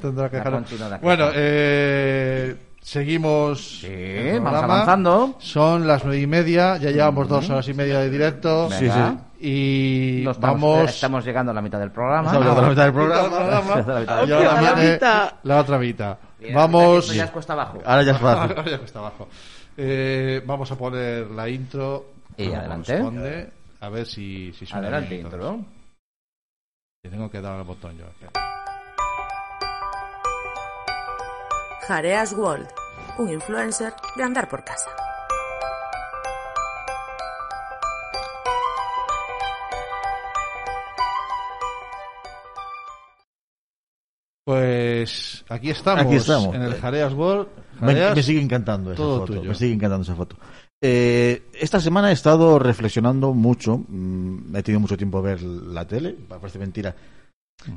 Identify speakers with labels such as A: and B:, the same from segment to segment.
A: Tendrá que
B: La
A: dejarlo.
B: continua, la que
A: Bueno,
B: está.
A: eh, seguimos. el
B: vamos
A: programa.
B: avanzando.
A: Son las nueve y media, ya llevamos dos horas y media de directo.
B: Sí, sí.
A: Y
B: No estamos,
A: vamos.
B: estamos llegando a la mitad del programa.
A: Estamos llegando a la mitad del programa.
B: Estamos a la mitad
A: Y
B: del
A: ahora
B: programa.
A: viene
C: mitad.
A: la otra mitad.
B: Mira,
A: Vamos. Ah,
B: esto ya es cuesta abajo.
D: Ahora ya es fácil.
A: Ahora ya cuesta abajo. Eh, vamos a poner la intro.
B: Y
A: como
B: adelante.
A: corresponde. A ver si, si suena
B: Adelante,
A: bien todo.
B: intro.
A: Le Tengo que dar al botón yo. espera.
E: Jareas World, un influencer de andar por casa.
A: Pues aquí estamos,
D: Aquí estamos.
A: en el Jareas World.
D: Me,
A: Jareas,
D: me sigue encantando esa
A: todo
D: foto.
A: tuyo.
D: Me sigue encantando esa foto. Eh, esta semana he estado reflexionando mucho. mm, he tenido mucho tiempo a ver la tele. Parece mentira.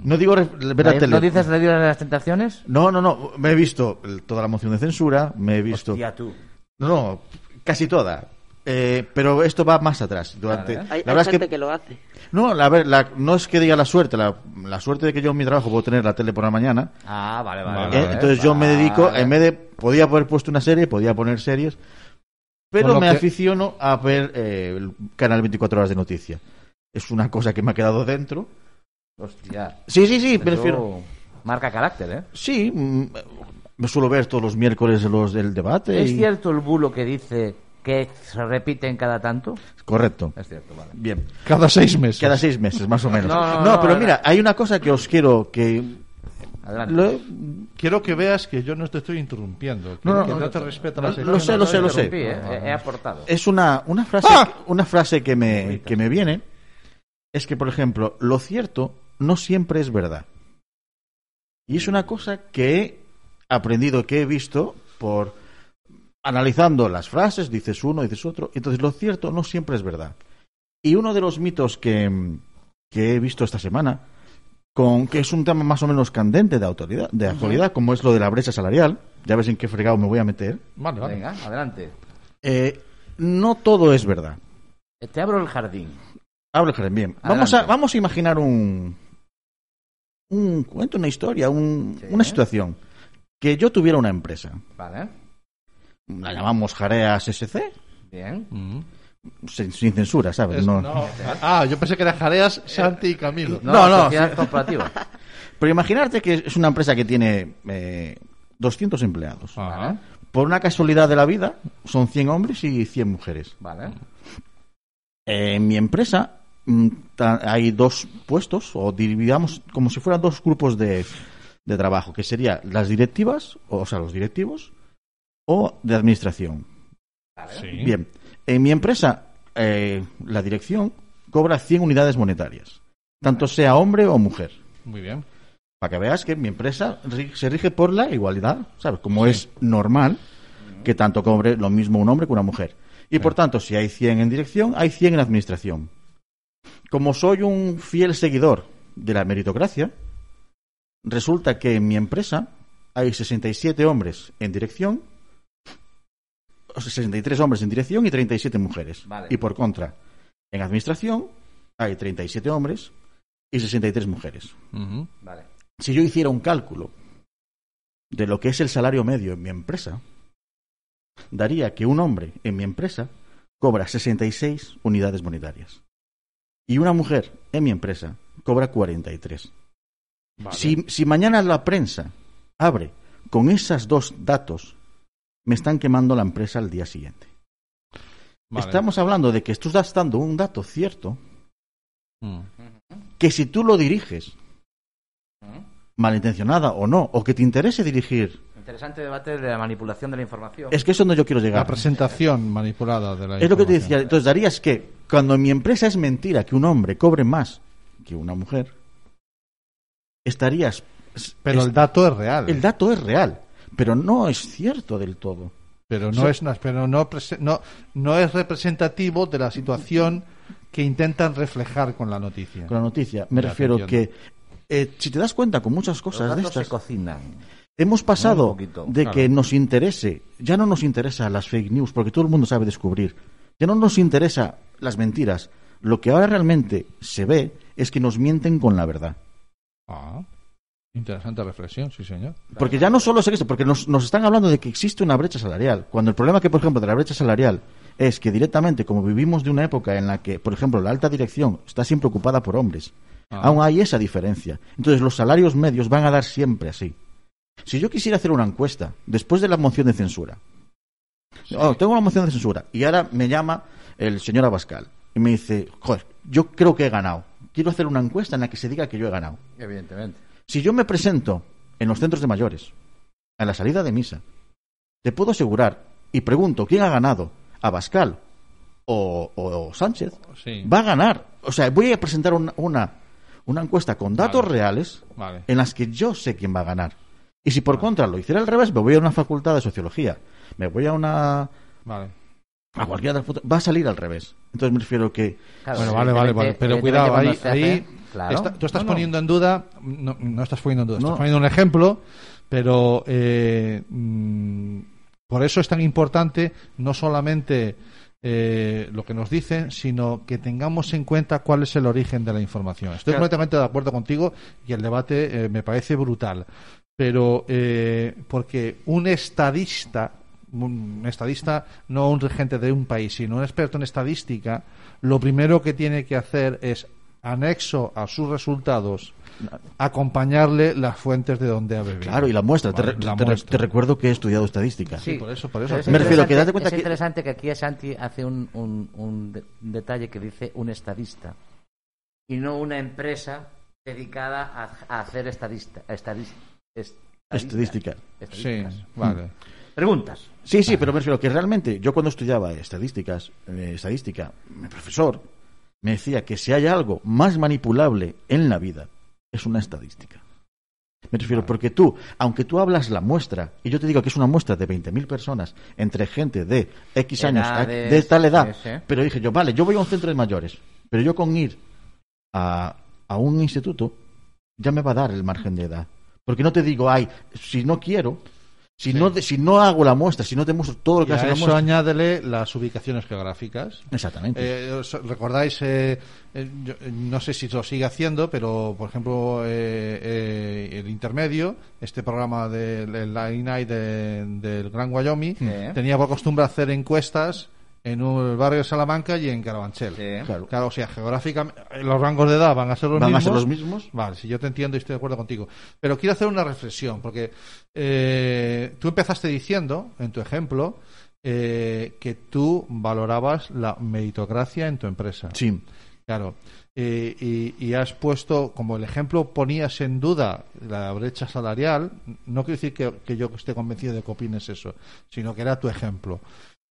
D: No digo ref- ver la
B: ¿No-
D: tele.
B: ¿No dices la libra de las tentaciones?
D: No, no, no. Me he visto el- toda la moción de censura. Me he visto.
B: Hostia, tú.
D: No, no. Casi toda. Eh, pero esto va más atrás. Durante,
B: Claro, ¿eh?
C: Hay,
D: la
C: hay
D: verdad es
C: gente
D: que
C: que... lo hace.
D: no, la, ver- la- no es que diga la suerte. La, la suerte de que yo en mi trabajo puedo tener la tele por la mañana.
B: Ah, vale, vale.
A: Vale,
D: ¿eh?
B: vale,
D: Entonces yo me
B: vale.
D: dedico, en vez de, podía haber puesto una serie, podía poner series,
A: Con
D: pero
A: lo
D: me
A: que-
D: aficiono a ver eh, el canal 24 horas de noticias. Es una cosa que me ha quedado dentro.
B: Hostia.
D: Sí, sí, sí,
B: Eso
D: prefiero.
B: Marca carácter, ¿eh?
D: Sí, mm, me suelo ver todos los miércoles los del debate.
B: ¿Es
D: y-
B: cierto el bulo que dice que se repite en cada tanto?
D: Correcto.
B: Es cierto, vale.
D: Bien.
A: Cada seis meses.
D: Cada seis meses, más o menos.
B: No, no, no,
D: pero
B: era-
D: mira, hay una cosa que os quiero que.
B: Adelante.
D: lo-
A: Quiero que veas que yo no te estoy interrumpiendo. Que que
D: No,
A: no,
D: no, no,
A: te respeta
D: no,
A: la
D: lo
A: sección.
D: sé, lo sé, lo sé.
B: Interrumpí, ¿eh? He- He aportado.
D: Es una, una frase, una frase que, me, que me viene. Es que, por ejemplo, lo cierto no siempre es verdad. Y es una cosa que he aprendido, que he visto por analizando las frases, dices uno, dices otro. Entonces, lo cierto no siempre es verdad. Y uno de los mitos que, que he visto esta semana, con que es un tema más o menos candente de, autoridad, de actualidad, como es lo de la brecha salarial, ya ves en qué fregado me voy a meter,
A: Vale, vale.
B: Venga, adelante.
D: eh, no todo es verdad.
B: Te abro el jardín.
D: Habla, Karen, bien. Vamos a,
B: Adelante.
D: vamos a imaginar un, un cuento, una historia, un-
B: Sí.
D: una situación. Que yo tuviera una empresa.
B: Vale.
D: La llamamos Jareas SC,
B: Bien.
A: Mm.
D: sin, sin censura, ¿sabes?
A: Es-
D: no.
A: Pues
D: Eh,
A: no. Ah, yo pensé que eran Jareas, Santi y Camilo.
D: No, no,
B: sociedad corporativa.
D: Pero imaginarte que es una empresa que tiene eh, 200 empleados.
A: Ajá.
D: Por una casualidad de la vida, son 100 hombres y 100 mujeres.
B: Vale.
D: Eh, en mi empresa mm, ta- hay dos puestos, o dividamos como si fueran dos grupos de, de trabajo, que serían las directivas, o, sea, los directivos, o de administración.
A: Sí.
D: Bien, en mi empresa eh, la dirección cobra 100 unidades monetarias, tanto sea hombre o mujer.
A: Muy bien.
D: Para que veas que mi empresa ri- se rige por la igualdad, ¿sabes? Como es normal que tanto cobre lo mismo un hombre que una mujer. Y por tanto, si hay 100 en dirección, hay 100 en administración. Como soy un fiel seguidor de la meritocracia, resulta que en mi empresa hay 67 hombres en dirección, o 63 hombres en dirección y 37 mujeres.
B: Vale.
D: Y por contra, en administración hay 37 hombres y 63 mujeres
A: Ujú.
B: Vale.
D: si yo hiciera un cálculo de lo que es el salario medio en mi empresa, daría que un hombre en mi empresa cobra 66 unidades monetarias y una mujer en mi empresa cobra 43.
A: Vale.
D: Si, si mañana la prensa abre con esos dos datos, me están quemando la empresa al día siguiente.
A: Vale.
D: Estamos hablando de que tú estás dando un dato cierto
A: Mm.
D: que si tú lo diriges, malintencionada o no, o que te interese dirigir
B: Interesante debate de la manipulación de la información.
D: Es que eso es donde yo quiero
A: La
D: llegar.
A: presentación manipulada de la
D: Es lo que te
A: información.
D: decía. Entonces, darías que cuando en mi empresa es mentira que un hombre cobre más que una mujer, estarías. es-
A: Pero
D: es-
A: el dato es real. ¿eh?
D: el dato es real, pero no es cierto del todo.
A: Pero no es una- pero no, prese- no, no es representativo de la situación que intentan reflejar con la noticia.
D: Con la noticia,
A: Ya,
D: me
A: te
D: refiero
A: entiendo.
D: que. eh, si te das cuenta con muchas
B: Los
D: cosas
B: datos
D: de
B: se
D: estas,
B: cocinan.
D: hemos
B: Un
D: pasado
B: poquito,
D: de
A: claro.
D: que nos interese, ya no nos interesa las fake news, porque todo el mundo sabe descubrir, ya no nos interesa las mentiras. Lo que ahora realmente se ve es que nos mienten con la verdad.
A: Ah, Interesante reflexión, sí, señor.
D: Porque ya no solo se esto, porque nos, nos están hablando de que existe una brecha salarial. Cuando el problema que, por ejemplo, de la brecha salarial es que directamente, como vivimos de una época en la que, por ejemplo, la alta dirección está siempre ocupada por hombres,
A: Ah.
D: aún hay esa diferencia. Entonces, los salarios medios van a dar siempre así. Si yo quisiera hacer una encuesta, después de la moción de censura, oh, tengo una moción de censura, y ahora me llama el señor Abascal y me dice, joder, yo creo que he ganado. Quiero hacer una encuesta en la que se diga que yo he ganado.
C: Evidentemente.
D: Si yo me presento en los centros de mayores, a la salida de misa, te puedo asegurar y pregunto quién ha ganado, Abascal o, o- o Sánchez,
A: Sí.
D: va a ganar. O sea, voy a presentar un- una, una encuesta con datos
A: Vale.
D: reales
A: Vale.
D: en las que yo sé quién va a ganar. Y si por contra lo hiciera al revés, me voy a una facultad de sociología, me voy a una
A: Vale.
D: a cualquier otra facultad, va a salir al revés. Entonces me refiero que
B: Claro,
A: Bueno, vale, vale, vale.
B: evidentemente-
A: Pero
B: evidentemente
A: cuidado,
B: cuando
A: ahí,
B: se hace-
A: ahí
B: claro.
A: está- tú estás
D: No, no.
A: poniendo en duda, no, no estás poniendo en duda,
D: No.
A: estás poniendo un ejemplo, pero eh, mm, por eso es tan importante no solamente eh, lo que nos dicen, sino que tengamos en cuenta cuál es el origen de la información. Estoy
D: Claro.
A: completamente de acuerdo contigo y el debate eh, me parece brutal, pero eh, porque un estadista un estadista, no un regente de un país, sino un experto en estadística, lo primero que tiene que hacer es, anexo a sus resultados, acompañarle las fuentes de donde ha bebido.
D: claro, y la muestra, te,
A: Vale,
D: re-
A: la
D: te re-
A: muestra.
D: te recuerdo que he estudiado estadística.
A: Sí, por eso, por eso.
B: Pero es
A: Me
D: refiero que
B: interesante-
D: date cuenta
B: es
D: que-
B: interesante que aquí Santi hace un, un- un de- un detalle que dice un estadista y no una empresa dedicada a, a hacer estadista, estadis- est-
D: Estadística.
A: Sí,
B: estadísticas.
A: vale.
B: Preguntas.
D: Sí, sí, pero me refiero que realmente yo cuando estudiaba estadísticas, eh, estadística, mi profesor me decía que si hay algo más manipulable en la vida, es una estadística. Me refiero porque tú, aunque tú hablas la muestra, y yo te digo que es una muestra de 20.000 personas, entre gente de X años, a-
B: Edades,
D: de tal edad,
B: sí, sí.
D: pero dije yo, vale, yo voy a un centro de mayores, pero yo con ir a, a un instituto ya me va a dar el margen de edad. Porque no te digo, ay, si no quiero, si, no, de- si no hago la muestra, si no te muestro todo lo
A: Y
D: que hace
A: a
D: la
A: eso
D: muestra.
A: añádele las ubicaciones geográficas.
D: Exactamente.
A: Eh, os- ¿Recordáis? eh, eh, yo- eh, no sé si lo sigue haciendo, pero por ejemplo, eh, eh, El Intermedio, este programa del el INAI de- del Gran Wyoming, tenía por costumbre hacer encuestas en un barrio de Salamanca y en Carabanchel.
C: Sí.
D: Claro.
A: Claro, o sea, geográficamente eh, los rangos de edad van a ser los
D: ¿Van a
A: mismos.
D: ser los mismos?
A: Vale, si yo te entiendo y estoy de acuerdo contigo. Pero quiero hacer una reflexión, porque eh, tú empezaste diciendo, en tu ejemplo, eh, que tú valorabas la meritocracia en tu empresa.
D: Sí.
A: Claro. Eh, y, y has puesto, como el ejemplo ponías en duda la brecha salarial, no quiero decir que, que yo esté convencido de que opines eso, sino que era tu ejemplo.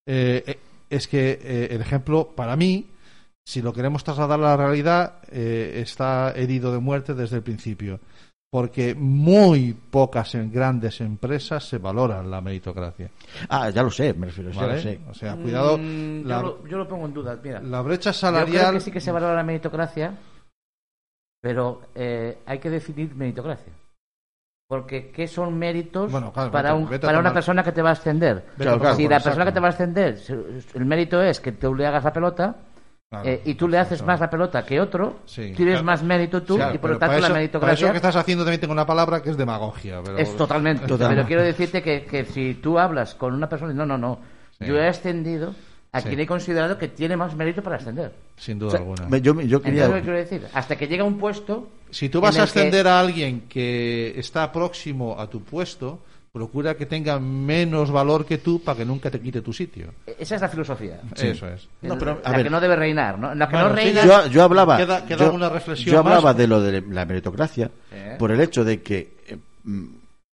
A: Eh, eh, es que eh, el ejemplo, para mí, si lo queremos trasladar a la realidad, eh, está herido de muerte desde el principio. Porque muy pocas en grandes empresas se valoran la meritocracia.
D: Ah, ya lo sé, me refiero, ya
A: ¿vale?
D: lo sé.
A: O sea, cuidado.
B: Mm,
A: la,
B: yo, lo, yo lo pongo en duda. Mira,
A: la brecha
B: yo creo
A: salarial.
B: que sí que se valora la meritocracia, pero eh, hay que definir meritocracia. Porque, ¿qué son méritos
A: Bueno, claro,
B: para,
A: vete-
B: un-
A: vete a
B: para una
A: tomar-
B: persona que te va a ascender?
A: Claro,
D: claro,
B: si
A: por
B: la
A: el saco.
B: persona que te va a ascender, se- el mérito es que tú le hagas la pelota
A: Claro,
B: eh, y tú le haces
A: eso.
B: más la pelota que otro,
A: Sí,
B: tienes
A: claro.
B: más mérito tú
A: Claro,
B: y por
A: pero
B: lo
A: para
B: tanto
A: eso-
B: la
A: Para eso
B: meritocracia
A: que estás haciendo también tengo una palabra que es demagogia. Pero...
B: es totalmente.
D: Totalmente.
B: Pero quiero decirte que, que si tú hablas con una persona y no, no, no,
A: Sí.
B: yo he ascendido a
A: Sí.
B: quien he considerado que tiene más mérito para ascender.
A: Sin duda
D: O sea,
A: alguna.
D: me- yo, yo
B: Entonces,
D: quería...
B: lo que quiero decir, hasta que llega un puesto.
A: Si tú vas
B: en
A: a
B: el que-
A: ascender a alguien que está próximo a tu puesto, procura que tenga menos valor que tú para que nunca te quite tu sitio.
B: Esa es la filosofía.
A: Eso es.
D: No, pero, a
B: la
D: ver.
B: que no debe reinar, ¿no? La que
A: Bueno,
B: no
A: sí,
B: reina.
D: yo, yo hablaba
A: Queda- queda
D: yo-
A: alguna reflexión
D: yo hablaba
A: más.
D: de lo de la meritocracia
B: Sí.
D: por el hecho de que eh, mm,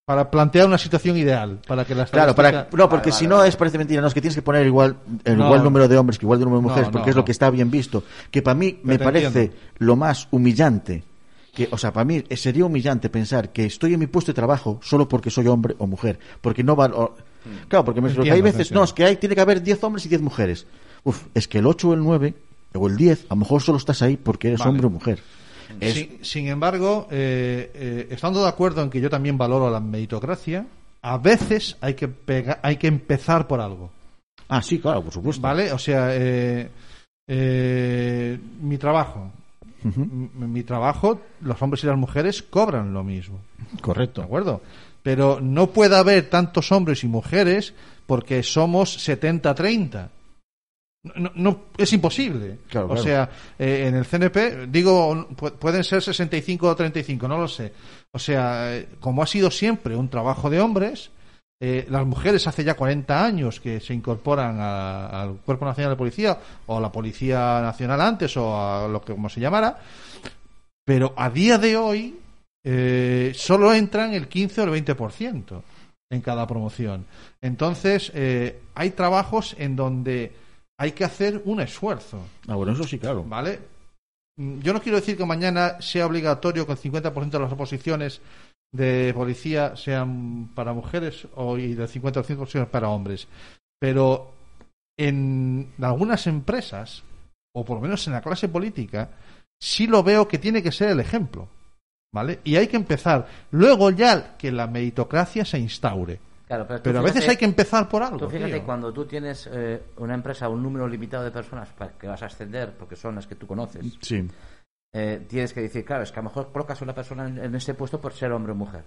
A: Para plantear una situación ideal, para que la
D: Claro, para,
A: estadística-
D: no, porque
B: Vale,
D: si
B: vale,
D: no
B: vale.
D: es parece mentira, no, es que tienes que poner igual el
A: No,
D: igual
A: no.
D: número de hombres que igual de número de
A: No,
D: mujeres,
A: no,
D: porque es
A: no.
D: lo que está bien visto, que para mí me
A: te
D: parece
A: entiendo.
D: lo más humillante, que o sea, para mí sería humillante pensar que estoy en mi puesto de trabajo solo porque soy hombre o mujer, porque no va Claro, porque me-
A: Entiendo,
D: hay
A: te
D: veces,
A: entiendo.
D: no, es que hay tiene que haber 10 hombres y 10 mujeres. Uf, es que el 8 o el 9 o el 10, a lo mejor solo estás ahí porque eres
A: Vale. Mm,
D: hombre o mujer. Es-
A: Sin, sin embargo, eh, eh, estando de acuerdo en que yo también valoro la meritocracia, a veces hay que, pega- hay que empezar por algo.
D: Ah, sí, claro, por supuesto.
A: ¿Vale? O sea, eh, eh, mi trabajo.
D: Ujú.
A: m- mi trabajo, los hombres y las mujeres cobran lo mismo. ¿De
D: Correcto.
A: acuerdo? Pero no puede haber tantos hombres y mujeres porque somos 70-30. No, no- no- es imposible.
D: Claro,
A: o
D: claro.
A: sea, eh, en el CNP, digo, pu- pueden ser 65 o 35, no lo sé. O sea, eh, como ha sido siempre un trabajo de hombres, eh, las mujeres hace ya 40 años que se incorporan a- al Cuerpo Nacional de Policía o a la Policía Nacional antes o a lo que como se llamara, pero a día de hoy eh, solo entran el 15 o el 20% en cada promoción. Entonces, eh, hay trabajos en donde hay que hacer un esfuerzo,
D: Ah, bueno, eso sí, claro.
A: ¿vale? Mm, Yo no quiero decir que mañana sea obligatorio que el 50% de las oposiciones de policía sean para mujeres o y del 50 al 100% para hombres, pero en algunas empresas, o por lo menos en la clase política, sí lo veo que tiene que ser el ejemplo. ¿Vale? Y hay que empezar. Luego ya que la meritocracia se instaure.
B: Claro, pero, tú
A: Pero a veces
B: fíjate-
A: hay que empezar por algo.
B: Tú fíjate,
A: tío.
B: cuando tú tienes eh, una empresa, un número limitado de personas para que vas a ascender, porque son las que tú conoces,
D: Sí.
B: eh, tienes que decir, claro, es que a lo mejor colocas a una persona en, en ese puesto por ser hombre o mujer.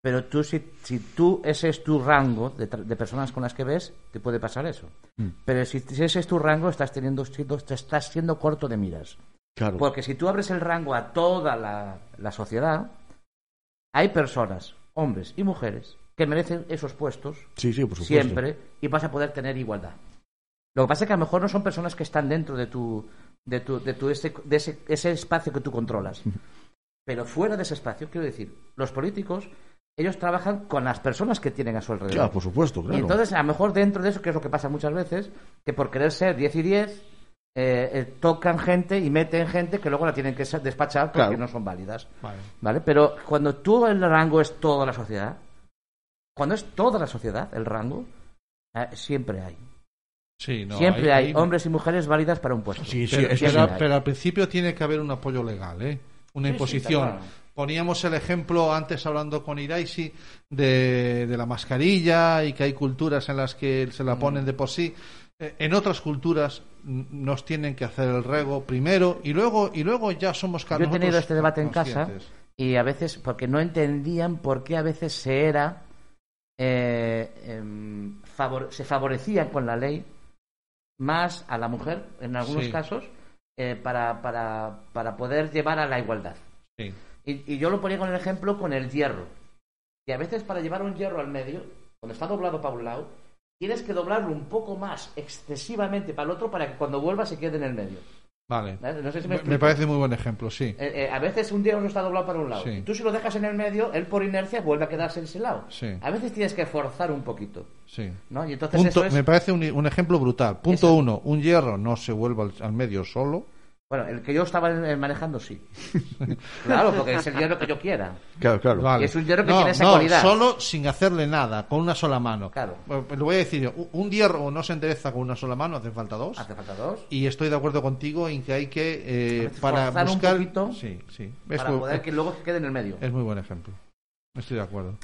B: Pero tú, si, si tú, ese es tu rango de, tra- de personas con las que ves, te puede pasar eso. Pero si, si ese es tu rango, estás teniendo, siendo- te estás siendo corto de miras.
D: Claro.
B: Porque si tú abres el rango a toda la, la sociedad, hay personas, hombres y mujeres, que merecen esos puestos
D: Sí, sí, por supuesto.
B: siempre y vas a poder tener igualdad. Lo que pasa es que a lo mejor no son personas que están dentro de tu de tu, de tu ese, de ese, ese espacio que tú controlas. Pero fuera de ese espacio, quiero decir, los políticos, ellos trabajan con las personas que tienen a su alrededor.
D: Claro, por supuesto, pues, claro.
B: Y entonces, a lo mejor dentro de eso, que es lo que pasa muchas veces, que por querer ser 10 y 10, eh, eh, tocan gente y meten gente que luego la tienen que sa- despachar porque
D: Claro.
B: no son válidas.
A: Vale.
B: ¿Vale? Pero cuando tú el rango es toda la sociedad, cuando es toda la sociedad el rango, eh, siempre hay.
A: Sí, no,
B: siempre hay,
A: ahí-
B: hombres y mujeres válidas para un puesto.
D: Sí, sí,
A: Pero,
D: es que
A: pero-
B: sí.
A: pero al principio tiene que haber un apoyo legal, ¿eh? Una
B: Sí, sí,
A: imposición.
B: está claro.
A: Poníamos el ejemplo antes hablando con Iraisi de, de la mascarilla y que hay culturas en las que se
B: Mm.
A: la ponen de por sí. Eh, En otras culturas mm, nos tienen que hacer el rego primero y luego y luego ya somos
B: Yo
A: cada
B: he tenido
A: nosotros
B: este debate en casa
A: conscientes.
B: y a veces, porque no entendían por qué a veces se era, eh, em, favor- se favorecía con la ley más a la mujer, en algunos
A: Sí.
B: casos, eh, para, para, para poder llevar a la igualdad.
A: Sí.
B: Y, y yo lo ponía con el ejemplo con el hierro. Y a veces para llevar un hierro al medio, cuando está doblado para un lado, tienes que doblarlo un poco más excesivamente para el otro para que cuando vuelva se quede en el medio.
A: Vale.
B: ¿Vale? No sé si me
A: Me,
B: explico.
A: me parece muy buen ejemplo, sí.
B: Eh, eh, a veces un hierro no está doblado para un lado.
A: Sí.
B: Tú si lo dejas en el medio, él por inercia vuelve a quedarse en ese lado.
A: Sí.
B: A veces tienes que forzar un poquito.
A: sí.
B: ¿no? Y entonces
A: Punto-
B: eso es...
A: Me parece un, un ejemplo brutal. Punto
B: Eso.
A: uno, un hierro no se vuelva al, al medio solo.
B: Bueno, el que yo estaba eh, manejando, sí. claro, porque es el hierro que yo quiera.
D: Claro, claro.
A: Vale.
B: Es un hierro que
A: no,
B: tiene esa
A: no,
B: cualidad.
A: solo sin hacerle nada, con una sola mano.
B: Claro.
A: Bueno, pues Lo voy a decir yo. Un- Un hierro no se endereza con una sola mano, hacen falta dos.
B: Hace falta dos.
A: Y estoy de acuerdo contigo en que hay que, eh,
B: A veces
A: para
B: forzar un
A: buscar...
B: poquito
A: sí, sí. Es,
B: Para
A: muy,
B: poder que luego se quede en el medio.
A: es muy buen ejemplo. Estoy de acuerdo.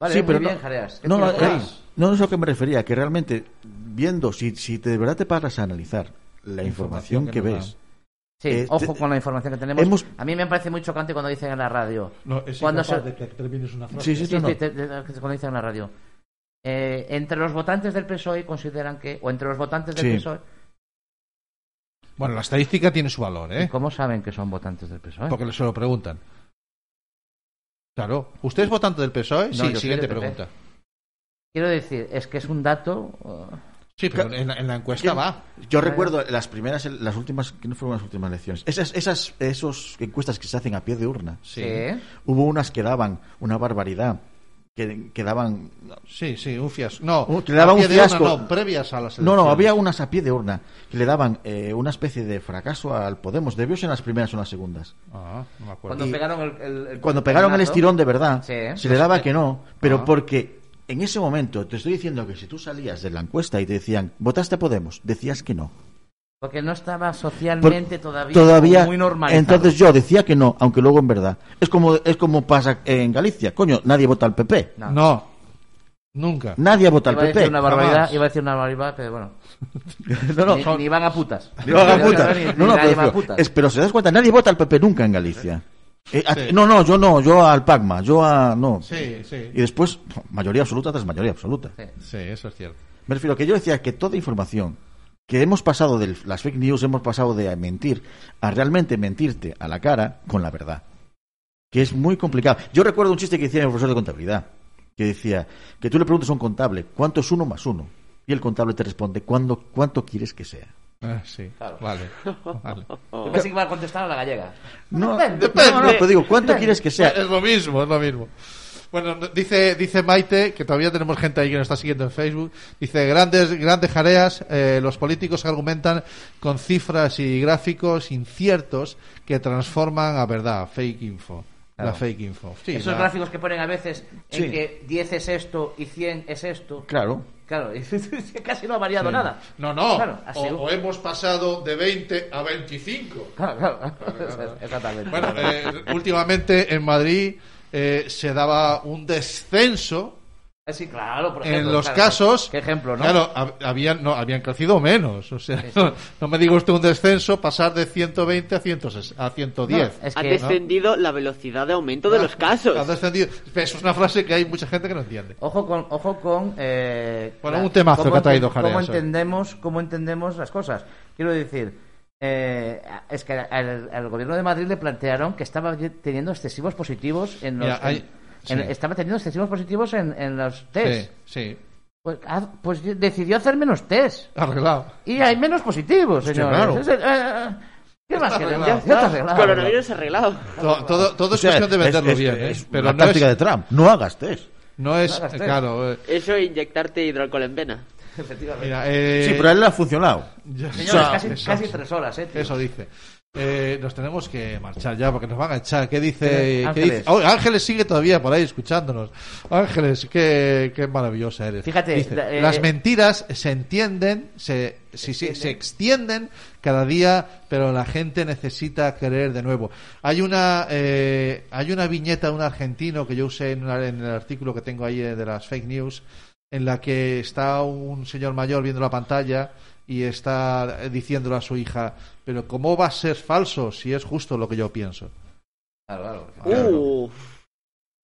B: Vale,
D: Sí,
B: muy
D: pero
B: bien,
D: no-
B: Jareas. ¿Qué
D: No,
B: te
D: no,
B: parece?
D: eh, no es a lo que me refería, que realmente, viendo, si, si te- de verdad te paras a analizar la información, que,
A: nos
D: ves,
B: Sí,
D: eh,
B: ojo
D: te-
B: con la información que tenemos.
D: hemos-
B: A mí me parece muy chocante cuando dicen en la radio.
A: dan. No, es
B: Cuando
A: incapaz
B: se-
A: de que termines una frase.
D: Sí, sí,
B: Sí,
D: no, no.
B: sí, te- te- cuando dicen en la radio. Eh, entre los votantes del PSOE E consideran que, o E, entre los votantes del
D: Sí.
B: PSOE,
A: Bueno, la estadística tiene su valor, ¿eh?
B: ¿cómo saben que son votantes del PSOE?
A: Porque se lo preguntan. Claro. ¿Usted es votante del PSOE? E?
B: No, yo
A: sí,
B: soy
A: siguiente
B: del PP.
A: pregunta.
B: Quiero decir, es que es un dato. eh,
A: Sí, pero en la, en la encuesta va.
D: Yo recuerdo las primeras, las últimas, que no fueron las últimas elecciones, esas, esas esos encuestas que se hacen a pie de urna.
A: Sí.
B: que- ¿eh?
D: Hubo unas que daban una barbaridad, que, que daban...
A: Sí, sí, un fiasco. No,
D: Uh, que le daba un
A: a pie de urna,
D: fiasco.
A: no, previas a las
D: No,
A: elecciones.
D: no, había unas a pie de urna que le daban eh, una especie de fracaso al Podemos. Debió ser en las primeras o en las segundas.
A: Ah, no me acuerdo.
B: Cuando
D: pues. Y-
B: pegaron el, el- el
D: Cuando pegaron el
B: portazo,
D: estirón de verdad,
B: Sí.
D: se le daba que no, pero
A: Ah.
D: porque en ese momento te estoy diciendo que si tú salías de la encuesta y te decían, ¿votaste a Podemos? Decías que no.
B: Porque no estaba
D: Por-
B: socialmente todavía, muy normalizado.
D: entonces yo decía que no, aunque luego en verdad. Es como es como pasa en Galicia, coño, nadie vota al PP.
B: No.
A: No. Nunca.
D: Nadie ha votado
B: Iba a
D: al
B: decir
D: PP.
B: una barbaridad,
A: jamás.
B: iba a decir una barbaridad, pero bueno.
D: No, no,
B: ni, ni van a putas.
D: Ni van a
B: Ni-
D: putas.
B: ni-
D: No,
B: ni
D: no,
B: nadie va
D: pero,
B: a putas.
D: es- pero se das cuenta, nadie vota al PP nunca en Galicia. Eh, a-
A: Sí.
D: No, no, yo no, yo al PACMA, yo a. No.
A: Sí, sí.
D: Y después, mayoría absoluta tras mayoría absoluta.
B: Sí.
A: Sí, eso es cierto.
D: Me refiero a que yo decía que toda información que hemos pasado de las fake news, hemos pasado de mentir a realmente mentirte a la cara con la verdad. Que es muy complicado. Yo recuerdo un chiste que decía mi profesor de contabilidad, que decía que tú le preguntas a un contable, ¿cuánto es uno más uno? Y el contable te responde, "¿Cuándo- ¿cuánto quieres que sea?
A: Ah, sí. Vale. vale.
B: Yo pensé que iba a contestar a la gallega.
D: No, no, no, pero digo, ¿cuánto quieres que sea?
A: Es lo mismo, es lo mismo. Bueno, no- dice, dice Maite, que todavía tenemos gente ahí que nos está siguiendo en Facebook, dice, grandes, grandes jareas, eh, los políticos argumentan con cifras y gráficos inciertos que transforman a verdad, fake info. La fake info. Sí,
B: Esos
A: la-
B: gráficos que ponen a veces en
D: Sí.
B: que 10 es esto y 100 es esto.
D: Claro.
B: Claro, casi no ha variado nada.
A: No, no.
B: Claro, ha
A: o,
B: sido-
A: o hemos pasado de 20 a 25.
B: Claro, claro. Exactamente.
A: Bueno, eh, últimamente en Madrid eh, se daba un descenso
B: Eh, sí, claro, por ejemplo,
A: en los
B: claro.
A: casos.
B: ¿Qué ejemplo, no?
A: Claro, hab- habían, no, habían crecido menos. O sea, no, no me diga usted un descenso, pasar de 120 a, 160 a 110.
B: No, es
C: Ha
B: que-
C: descendido la velocidad de aumento de los casos.
A: Ha descendido. Eso es una frase que hay mucha gente que no entiende.
B: Ojo con, ojo con. Eh,
A: Bueno,
B: la-
A: un temazo
B: cómo
A: que ha traído
B: enten-
A: Jareas
B: Cómo
A: hoy.
B: entendemos, cómo entendemos las cosas. Quiero decir, eh, es que al, al gobierno de Madrid le plantearon que estaba ye- teniendo excesivos positivos en los.
A: Mira, hay-
B: en- en-
A: sí.
B: Estaba teniendo excesivos positivos en, en los test.
A: Sí, sí.
B: Pues, haz- pues decidió hacer menos test.
A: Arreglado.
B: Y hay menos positivos,
A: Hostia,
B: señores.
A: claro.
B: Es el- eh, eh, ¿Qué más queremos?
A: arreglado.
B: Ya está arreglado.
C: Coronavirus arreglado.
A: Todo, todo, todo
D: O
A: es
D: sea,
A: cuestión de venderlo
D: es-
A: bien,
D: es-
A: ¿eh?
D: es
A: Pero
D: la
A: no
D: táctica
A: es,
D: de Trump, no hagas test.
A: no es.
B: hagas test.
A: Claro. eh,
C: Eso e inyectarte hidrocolenvena.
B: Efectivamente.
A: mira, eh,
D: Sí, pero a él le ha funcionado.
A: ya-
B: Señores,
A: eso-
B: casi,
A: eso-
B: casi tres horas, ¿eh? tío.
A: Eso dice. Eh, nos tenemos que marchar ya porque nos van a echar. ¿Qué dice?
B: Eh, Ángeles.
A: qué dice? Oh, Ángeles sigue todavía por ahí escuchándonos. Ángeles, qué, qué maravillosa eres.
B: Fíjate,
A: Dice,
B: la- eh,
A: las mentiras se entienden, se, sí, sí, se extienden cada día, pero la gente necesita creer de nuevo. Hay una, eh, hay una viñeta de un argentino que yo usé en, una- en el artículo que tengo ahí eh, de las fake news, en la que está un señor mayor viendo la pantalla y está eh, diciéndole a su hija, pero ¿cómo va a ser falso si es justo lo que yo pienso?
B: Claro, claro.
C: Uh,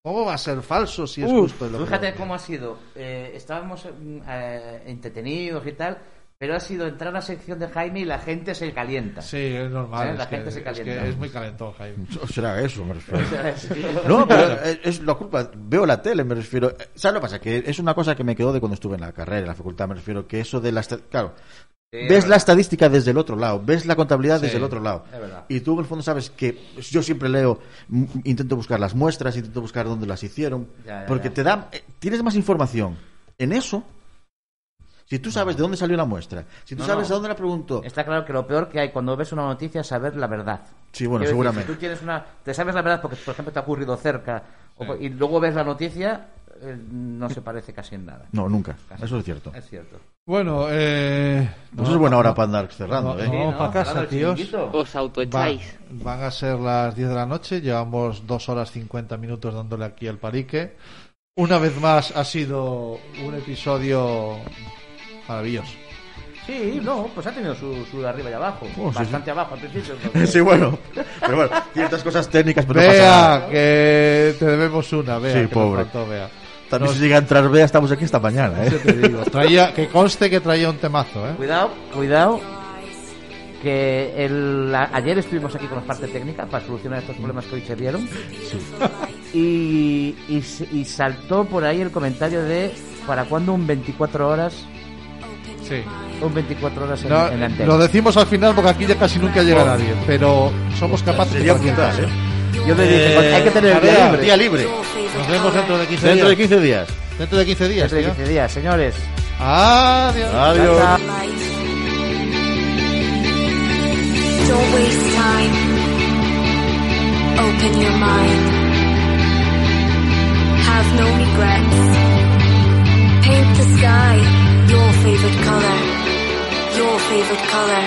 A: ¿Cómo va a ser falso si es
C: Uf,
A: justo lo que yo
B: Fíjate
A: pienso?
B: cómo ha sido. Eh, estábamos mm, eh, entretenidos y tal, pero ha sido entrar a la sección de Jaime y la gente se calienta.
A: Sí, es normal.
B: Sí,
A: es
B: ¿Eh? la
A: que-
B: gente se
A: es que
B: calienta.
A: es muy calentón, Jaime.
D: Será eso, me refiero.
B: ¿Sabes?
D: No, pero es- es la culpa. Veo la tele, me refiero. Eh, ¿Sabes lo que pasa? Que es una cosa que me quedó de cuando estuve en la carrera, en la facultad, me refiero. Que eso de la. esta- Claro,
B: Sí,
D: ves la estadística desde el otro lado, ves la contabilidad
A: Sí,
D: desde el otro lado.
B: es verdad.
D: Y tú, en el fondo, sabes que yo siempre leo, m- intento buscar las muestras, intento buscar dónde las hicieron.
B: Ya, ya,
D: porque
B: ya.
D: te da. eh, Tienes más información en eso. Si tú sabes de dónde salió la muestra, si tú
B: No,
D: sabes
B: no.
D: a dónde la preguntó.
B: Está claro que lo peor que hay cuando ves una noticia es saber la verdad.
D: Sí,
B: Quiero
D: bueno,
B: decir,
D: seguramente.
B: si tú tienes una, te sabes la verdad porque, por ejemplo, te ha ocurrido cerca o por- y luego ves la noticia, eh, no se parece casi en nada.
D: No, nunca. Eso es cierto.
B: Es cierto.
A: Bueno, eh.
D: Pues es buena hora para andar cerrando,
A: no,
D: ¿eh?
A: no. Vamos pa' casa,
B: Cerrando el
A: tíos.
B: chiringuito.
C: os
A: Va-
C: autoecháis.
A: van a ser las 10 de la noche, llevamos 2 horas 50 minutos dándole aquí al parique. Una vez más ha sido un episodio maravilloso.
B: Sí, no, pues ha tenido su, su arriba y abajo.
D: Oh, sí,
B: bastante abajo al principio.
D: Sí, bueno. Pero bueno, ciertas cosas técnicas, pero no pasa nada.
A: Bea, que te debemos una, Bea.
D: Sí,
A: que nos
D: pobre.
A: faltó, Bea.
D: También
A: Nos-
D: si llega a entrar Bea, estamos aquí esta mañana,
A: Yo
D: ¿eh?
A: te digo, traía, que conste que traía un temazo, ¿eh?
B: Cuidado, cuidado. Que el- la- ayer estuvimos aquí con la parte técnica para solucionar estos problemas que hoy se dieron. Y, y s- y saltó por ahí el comentario de ¿para cuándo un 24 horas?
A: Sí.
B: Un 24 horas en,
A: No, eh,
B: en la antena.
A: lo decimos al final porque aquí ya casi nunca llega nadie, pero somos capaces de
D: Sería
A: cualquier
D: brutal,
A: cosa.
D: ¿eh?
B: Yo le dije, "Pues hay que tener el día
A: Tarea,
B: libre".
D: Día libre.
A: Nos vemos dentro de 15
D: Dentro de
A: días.
D: 15 días.
A: Dentro de 15 días,
B: Dentro de
A: tío.
B: 15 días, señores.
A: Adiós.
D: Adiós.
B: Chao, chao.
E: Life. Don't waste time. Open your mind. Have no regrets. Paint the sky your favorite color. Your favorite color.